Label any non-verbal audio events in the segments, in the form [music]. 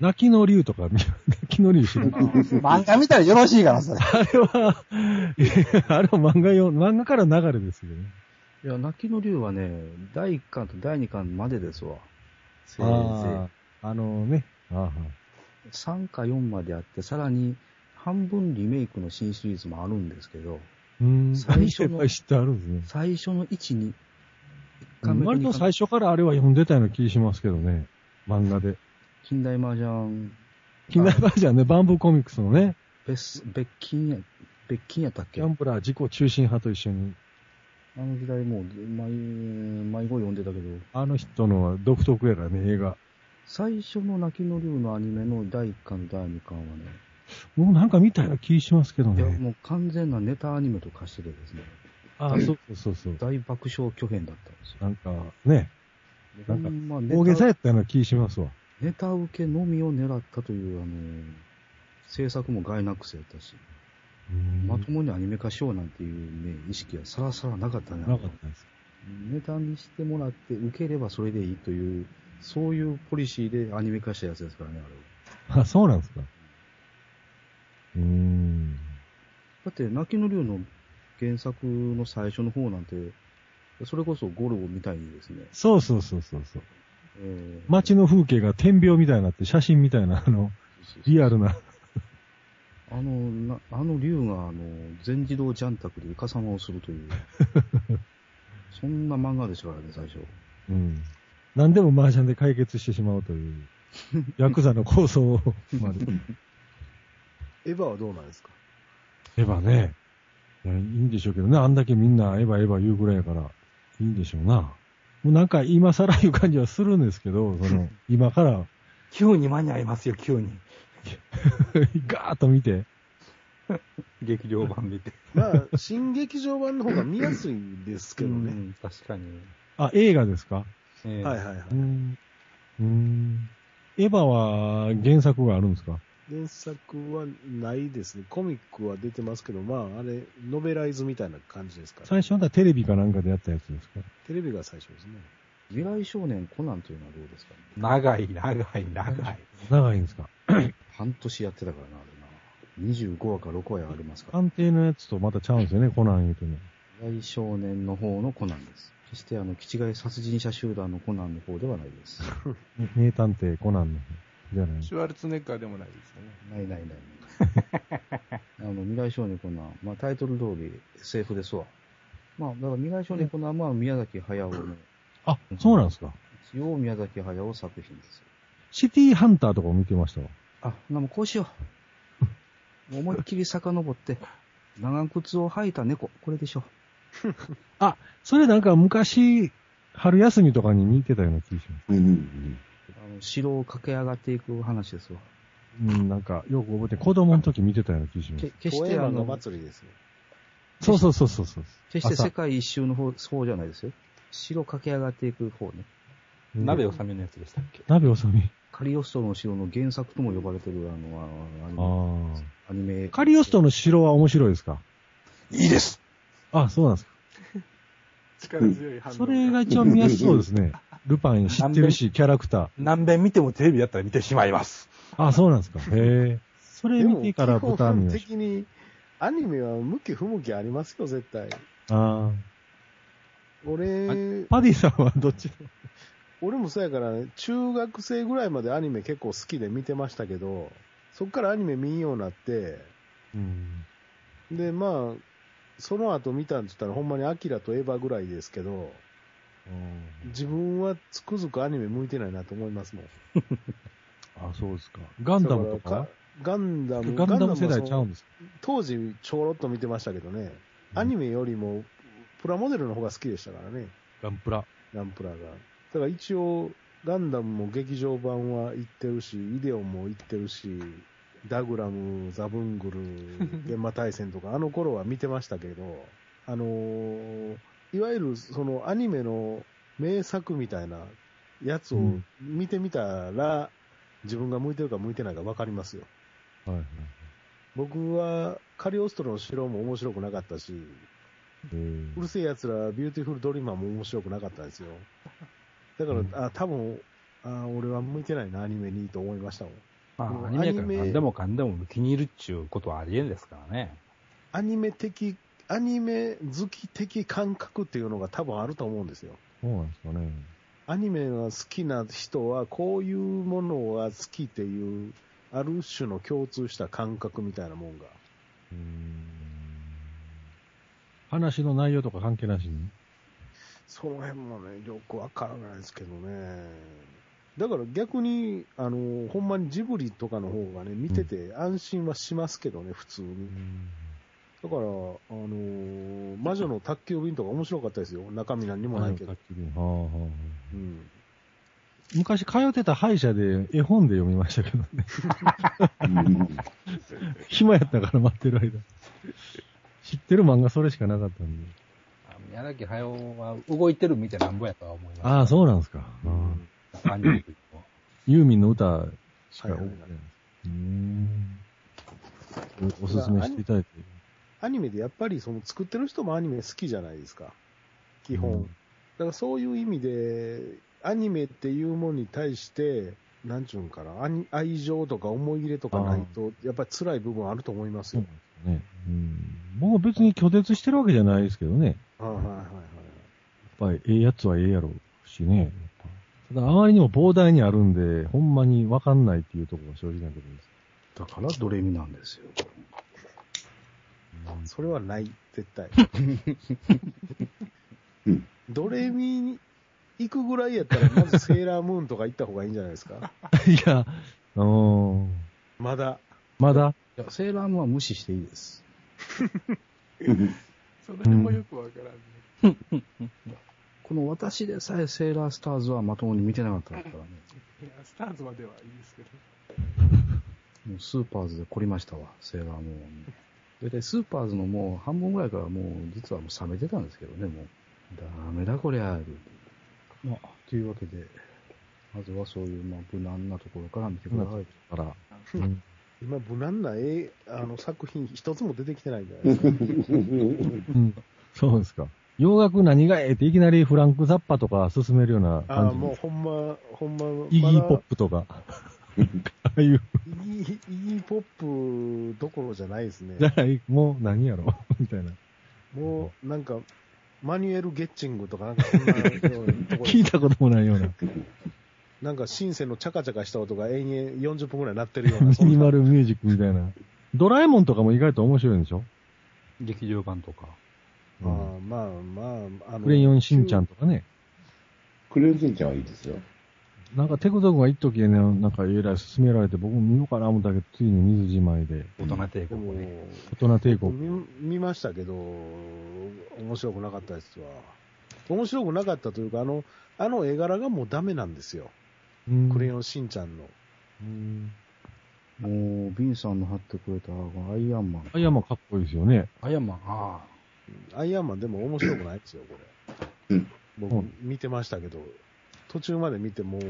泣きの竜とか見、 [laughs] 泣きの竜知らん。漫画見たらよろしいから、それ。あれは、いやあれは漫画用、漫画から流れですよね。いや、泣きの竜はね、第1巻と第2巻までですわ。せいぜああ、あのね。あい。3か4まであって、さらに半分リメイクの新シリーズもあるんですけど、ーうん。最初いのっぱい知ってあるんですね。最初の1、に1巻目割とと2巻最初からあれは読んでたような気しますけどね。漫画で。近代麻雀、近代バージョンね、バンブーコミックスのね、別、別金や、別金やったっギけャンブラー自己中心派と一緒に、あの時代もう、毎、毎号読んでたけど、あの人のは独特やからね、映画。最初の泣きの竜のアニメの第1巻、第2巻はね、もうなんか見たような気しますけどいや、ね。もう完全なネタアニメと化しててですね、ああ、そうそうそうそう。大爆笑巨編だったんですよ。なんかね、なんかほんまネタ大げさやったような気しますわ。ネタ受けのみを狙ったという、あの、制作もガイナックスやったし、うんまともにアニメ化しようなんていうね、意識はさらさらなかったね。なかったです。ネタにしてもらって受ければそれでいいという、そういうポリシーでアニメ化したやつですからね、あれは。あ、そうなんですか。うーん。だって、泣きの竜の原作の最初の方なんて、それこそゴルゴみたいにですね、そうそうそうそうそう。えー、街の風景が天描みたいになって、写真みたいな、あの、リアルな。あの、なあの竜が、あの、全自動ジャン卓でイカ様をする [laughs] という。そんな漫画でしたからね、最初。うん。何でも麻雀で解決してしまうと [laughs] いう、ヤクザの構想まで。エヴァはどうなんですかエヴァね。いや、いいんでしょうけどね。あんだけみんなエヴァエヴァ言うぐらいやから、いいんでしょうな。もうなんか今更いう感じはするんですけど、そ [laughs] の、今から急に間に合いますよ、急に。ガーッと見て。劇場版見て。まあ、新劇場版の方が見やすいんですけどうね。ん確かに。あ、映画ですか。ええはいはいはいうん。うーん。エヴァは原作があるんですか原作はないですね。コミックは出てますけど、まあ、あれ、ノベライズみたいな感じですから、最初はテレビかなんかでやったやつですかテレビが最初ですね。 [laughs] 未来少年コナンというのはどうですかね。長い、長い、長い。長いんですか半年やってたからな、あれな。25話か6話ありますから。安定のやつとまたちゃうんですよね、コナン言うとね。未来少年の方のコナンです。決して、あの、気違い殺人者集団のコナンの方ではないです。名探偵コナンの方じゃないシュワルツェネッガーでもないですよね。ないないない。 [laughs] あの、未来少年コナン、まあタイトル通り SF ですわ。まあ、だから未来少年コナンは宮崎駿の、あ、そうなんですか。一応宮崎駿作品です。シティハンターとかも見てましたわ。あ、なもうこうしよう。 [laughs] 思いっきり遡って、長靴を履いた猫、これでしょ。それなんか昔、春休みとかに似てたような気がします。うんうんあの、城を駆け上がっていく話ですわ。うん、なんかよく覚えて、子供の時見てたような気がしますけ。決し富て、あ山のの、祭りですね。そうそうそうそうそう。決して世朝界一周の方、方じゃないですよ。城駆け上がっていく方ね。うん鍋納めのやつでしたっけ鍋おさみ。カリオストロの城の原作とも呼ばれてる、あの、ああのあ。アニメ。アニメカリオストの城は面白いですかいいです。あ、そうなん [laughs] ですか。力強い反応。それが一番見やすそうです [laughs] ね。ルパン知ってるし、キャラクタ何遍見てもテレビだったら見てしまいます。ー。あ、そうなんですか。へえ。それで見も、て基からボタン本見まし的に、アニメは向き不向きありますよ、絶対。た。ああ。俺、パディさんはどっち俺もそうやからね、中学生ぐらいまでアニメ結構好きで見てましたけど、そっからアニメ見んようになって、うん。で、まあ、その後見たんって言ったら、ほんまにアキラとエヴァぐらいですけど、自分はつくづくアニメ向いてないなと思いますもん。あ、そうですか。ガンダムとだらかガンダム、ガンダム世代ガンちダゃムはそのうんですか当時ちょろっと見てましたけどね、うんアニメよりもプラモデルの方が好きでしたからね、ガンプラ。ガンプラが。だから一応、ガンダムも劇場版は行ってるし、イデオンも行ってるし、ダグラム、ザブング [laughs] ル、現場大戦とか、あの頃は見てましたけど、あのーいわゆるそのアニメの名作みたいなやつをうん見てみたら、自分が向いてるか向いてないか分かりますよ。はいはい。僕はカリオストロの城も面白くなかったし、えーうるせえ奴ら、ビューティフルドリーマーも面白くなかったんですよ。だから、あ、多分、あ、俺は向いてないな、アニメにと思いましたもん。まあ、アアニニメメやから何でもかんでも気に入るっちゅうことはありえんですからね。アニメ的、アニメ好き的感覚っていうのが多分あると思うんですよ。そうなんですかね。アニメが好きな人は、こういうものが好きっていう、ある種の共通した感覚みたいなもんが。うーん話の内容とか関係なしに。その辺もね、よくわからないですけどね。だから逆に、あの、ほんまにジブリとかの方がね、見てて安心はしますけどね、普通に。だから、あの魔女の宅急便とか面白かったですよ。中身何にもないけど。はあはあはあうん。昔通ってた歯医者で絵本で読みましたけ [laughs] どね。暇やったから待ってる間。知ってる漫画それしかなかったんで。宮崎駿は動いてる見てなんぼやとは思います。ああ、そうなんですか。あ。アニメといってもユーミンの歌しかは覚えいはていなはいい。うーんおおすすめしていただいて。アニメでやっぱりその作ってる人もアニメ好きじゃないですか。基本。うんだからそういう意味で、アニメっていうものに対して、なんちゅうんかな、アニ愛情とか思い入れとかないと、やっぱり辛い部分あると思いますそうよなん。ですよね。うん僕は別に拒絶してるわけじゃないですけどね。はいはいはいはい。やっぱりええやつはええやろうしね。ただ、あまりにも膨大にあるんで、ほんまにわかんないっていうところが正直なところです。だからドレミなんですよ。それはない、絶対。ドレミに行くぐらいやったら、まずセーラームーンとか行った方がいいんじゃないですか。 [laughs] いや、うーん。まだ。まだ、いや、セーラームーンは無視していいです。 [laughs] その辺もよくわからんね。 [laughs] この私でさえセーラースターズはまともに見てなかったですからね。いや、スターズまではいいですけど。もうスーパーズで凝りましたわ、セーラームーンはね。大体スーパーズのもう半分ぐらいからもう実はもう冷めてたんですけどね、もう。ダメだこりゃあ。まあ、というわけで、まずはそういうまあ無難なところから見てください。から。今、無難な絵、あの、作品一つも出てきてないんじゃないですか。うん。そうですか。洋楽何がええっていきなりフランク・ザッパとか進めるようなあ感あ、じ。もうほんま、ほんま、イギまだー・ポップ [laughs] とか。ああいう、イギイギーポップどころじゃないですじゃね。ない、もう何やろ [laughs] みたいな。もう、なんか、マニュエル・ゲッチングとかなんかそんなよ [laughs] うなところ聞いたこともないよう [laughs] な。なんか、シンセのチャカチャカした音が延々40分ぐらい鳴ってるような、ミそんニなマルミュージックみたいな。ドラえもんとかも意外と面白いんでしょ劇場版とか。まあまあまあ、あのクレヨンしんちゃんとかね。クレヨンしんちゃんはいいですよ。なんかテクゾ君が一時ね、なんかえらい勧められて、僕も見ようかな思ったけど、ついに見ずじまいで、大人帝で国も、ね。大人帝国。見見ましたけど、面白くなかったですわ。面白くなかったというか、あの、あの絵柄がもうダメなんですよ。うんクレヨンしんちゃんの。うんもう、ビンさんの貼ってくれた、このアイアンマン。アイアンマンかっこいいですよね。あやま、あアイアンマンでも面白くないですよ、こうれん。う僕ん、見てましたけど、途中まで見てもう、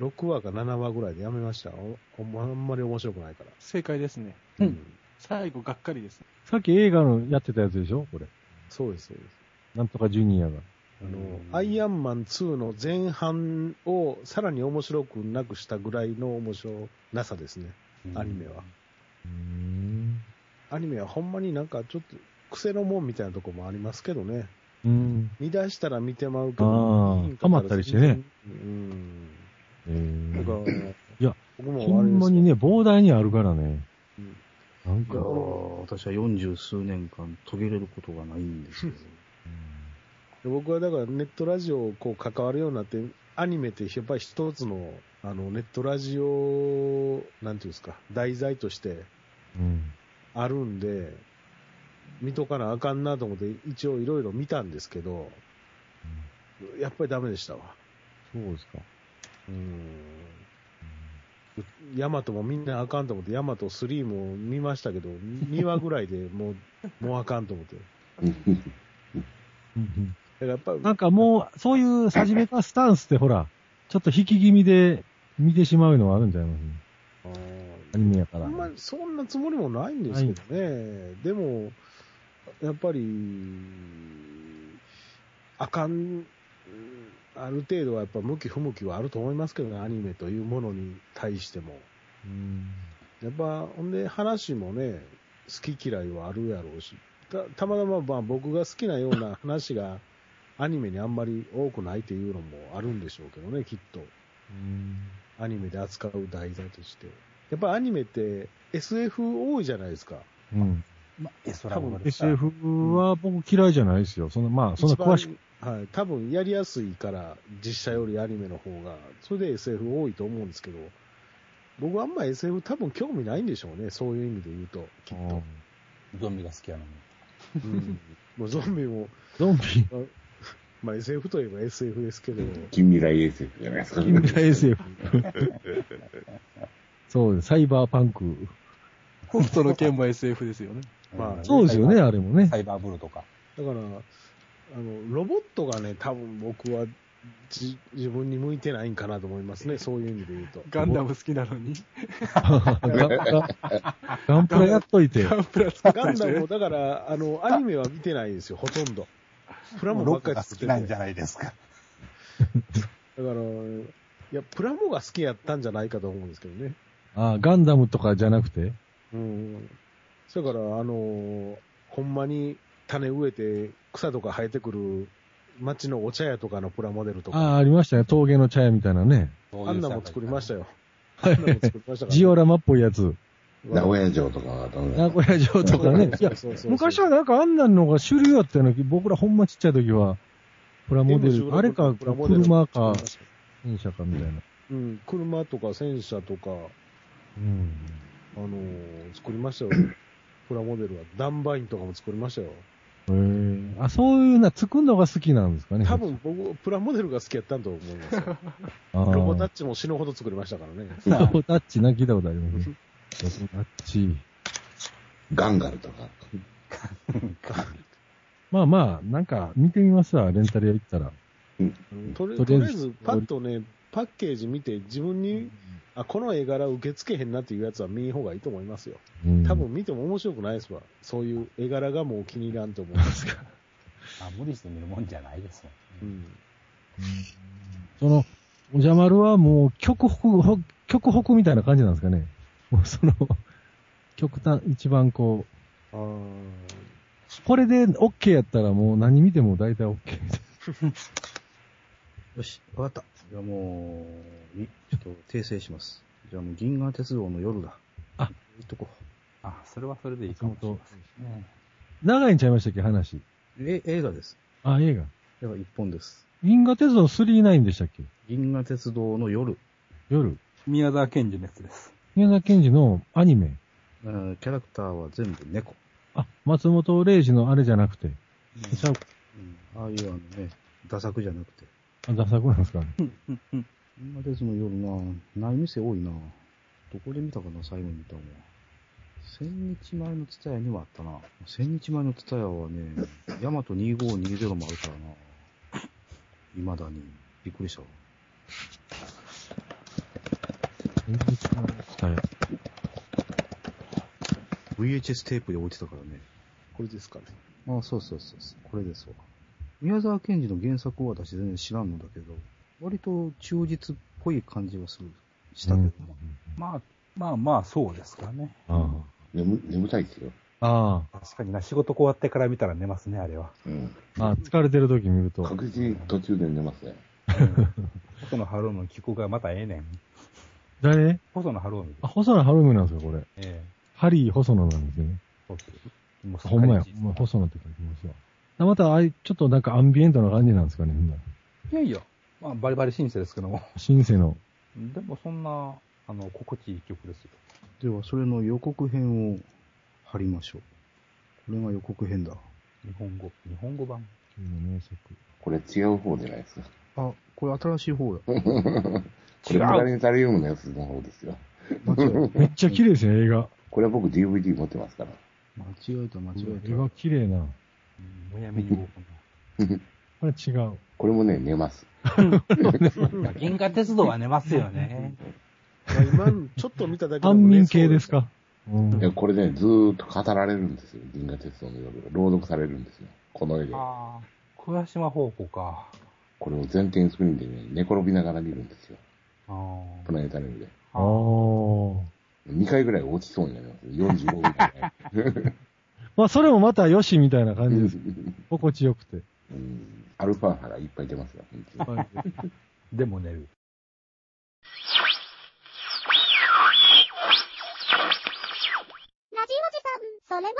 6話か7話ぐらいでやめました。おおあんまり面白くないから。正解ですね。うん最後、がっかりですね。さっき映画のやってたやつでしょこれ。そうです、そうです。なんとかジュニアが。あの、アイアンマン2の前半をさらに面白くなくしたぐらいの面白なさですね、あ。アニメは。うん。アニメはほんまになんかちょっと癖のもんみたいなとこもありますけどね。うん。見出したら見てまうけあー、ど見ひんハかマったりしてね。うん。えだからー、いや、僕もあれですほんまにね、ね。膨大にあるからね。うんなんいやか、ー私は四十数年間途切れることがないんですけど。で僕はだからネットラジオをこう関わるようになって、アニメってやっぱり一つの、あの、ネットラジオ、なんていうんですか、題材としてうん。あるんで、見とかなあかんなと思って、一応いろいろ見たんですけど、やっぱりダメでしたわ。そうですか。うん。ヤマトもみんなあかんと思って、ヤマト3も見ましたけど、2話ぐらいでもう、もうあかんと思って。だからやっぱ、なんかもう、そういうさじめたスタンスってほら、ちょっと引き気味で見てしまうのはあるんじゃないますあーアニメやから。あんまりそんなつもりもないんですけどね。でも、やっぱり、あかん、うんある程度はやっぱ向き不向きはあると思いますけどね、アニメというものに対しても。ううんやっぱ、ほんで話もね、好き嫌いはあるやろうし、たたまたままあ僕が好きなような話がアニメにあんまり多くないっていうのもあるんでしょうけどね、きっと。アニメで扱う題材として。やっぱアニメって SF 多いじゃないですか。うん。まあ、S ラ多分ボがですか SF は僕嫌いじゃないですよ。そんな、まあ、そんな詳しく。く。はい。多分やりやすいから、実写よりアニメの方が、それで SF 多いと思うんですけど、僕はあんま SF 多分興味ないんでしょうね。そういう意味で言うと、きっと。ゾンビが好きやのに。うんもうゾンビも、ゾンビ、まあ SF といえば SF ですけど、近未来 SF じゃないですか。近未来 SF。そうです。サイバーパンク。北斗の剣も SF ですよね。まあそうですよね、あれもねサ。イバーブルとか。だから、あの、ロボットがね、多分僕はじ自分に向いてないんかなと思いますね。そういう意味で言うと。ガンダム好きなのに。ガン [laughs] ガンプラやっといて。ガンプラ作っガたンダ人ムねもだから、あの、アニメは見てないですよ、ほとんど。プラモばロッっかクりが作好きってて。なんじゃないですか。だから、いや、プラモが好きやったんじゃないかと思うんですけどね。あガンダムとかじゃなくて。うん。だから、あの、ほんまに種植えて草とか生えてくる街のお茶屋とかのプラモデルとか、ああ、ありましたね。峠の茶屋みたいなね。そういうあんなもん作りましたよ。よ。あんなもん作りましたから。ジオラマっぽいやつ。名古屋城とかはどんな名古屋城とかね。いや、そうそうそう昔はなんかあんなのが主流やったような気僕らほんまちっちゃい時は、プラモデル、あれか、プラモデル車か、戦車かみたいな。うん、車とか戦車とか、うん。あのー作りましたよ。プラモデルは。ダンバインとかも作りましたよ。へえ。あ、そういうな、作るのが好きなんですかね。多分僕、プラモデルが好きやったんと思いますよ。あー、ロボタッチ。チも死ぬほど作りましたからね。 [laughs] ロボタッチな、聞いたことありますね。ロボタッチ。ガンガルとか。まあまあ、なんか見てみますわ、レンタル屋行ったら。とりととりあえずりあえず、パッとね、パッケージ見て、自分に、あ、この絵柄受け付けへんなっていうやつは見ん方がいいと思いますよ。うん多。分見ても面白くないですわ。そういう絵柄がもう気に入らんと思 [laughs] いますか [laughs] ら。あ無理して見るもんじゃないですもん。うん。その、おじゃまるはもう極北、ほ極北みたいな感じなんですかね。もうその、 [laughs] 極端、一番こう、あーこれで OK やったらもう何見ても大体 OK みたいな。よし、わかった。じゃあもう、いちょっと訂正します。じゃあもう銀河鉄道の夜だ。あ、いっとこあ、それはそれでいいかもしれませんね。 [laughs] 長いんちゃいましたっけ、話。う。え、映画です。あ、映画。映画一本です。銀河鉄道39でしたっけ銀河鉄道の夜。夜。宮沢賢治のやつです。宮沢賢治のアニメ。えーキャラクターは全部猫。あ、松本零士のあれじゃなくて。ちゃううん、ああいうあのね、ダサ作じゃなくて。あ、ダサくなんですかね。銀河鉄道の夜な、ない店多いな。どこで見たかな、最後に見たのは。千日前のツタヤにはあったな。千日前のツタヤはね、ヤマト2520もあるからな。未だに。びっくりしたわ。全然違う伝え VHS テープで置いてたからね。これですかね。あそうそうそうそう。これですわ。宮沢賢治の原作は私全然知らんのだけど、割と忠実っぽい感じはする、したけど、まあ、まあまあ、そうですかね。あ眠眠たいですよ。あ。確かにな、仕事終わってから見たら寝ますね、あれは。うん。ああ。疲れてる時見ると。確実に途中で寝ますね。細野晴臣の曲がまたええねん。誰細野晴臣。あ、細野晴臣なんですよ、これ。ええハリー細野なんですよね。そうそう。もうほんまや。世界一ほんま細野って書いてますわ。あまた、ああいうちょっとなんかアンビエントな感じなんですかね、ほんならいやいや、まあ、バリバリシンセですけども。シンセの。でもそんな、あの、心地いい曲ですよ。では、それの予告編を貼りましょう。これが予告編だ。日本語、日本語版。旧の名作。これ違う方じゃないですか。あ、これ新しい方や。これマダレンタリウムのやつの方ですよ。間違えめっちゃ綺麗ですね、映画。これは僕 DVD 持ってますから。た。間違えた、間違え映た。画綺麗な。うんむやみに動くこれ違う。これもね、寝ます。な。銀河鉄道は寝ますよね。まあ今ん、ちょっと見ただ [laughs] け安ね眠系です。かうんでこれね、ずーっと語られるんですよ。銀河鉄道の夜が。朗読されるんですよ。この絵で。ああ、桑島方向か。これを全天スクリーンでね、寝転びながら見るんですよ。ああプラネタリウムで。ああ。 2回ぐらい落ちそうになります。45ぐらい。まあ、それもまたよしみたいな感じです。う心地よくて。んアルファ波がいっぱい出ますよ、本当にはいでも寝る。ラジオ時間、それは言うたらあかんやろ